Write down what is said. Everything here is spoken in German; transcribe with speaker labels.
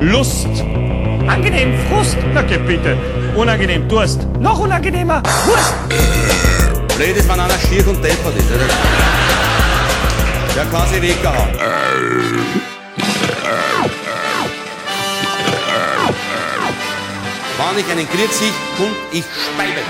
Speaker 1: Lust. Angenehm Frust. Na geh bitte. Unangenehm Durst. Noch unangenehmer Wurst.
Speaker 2: Blöd ist, wenn einer schier und deppert ist. Oder? Ja, quasi weggehauen. Wann ich einen Grill ziehe, und ich speibe.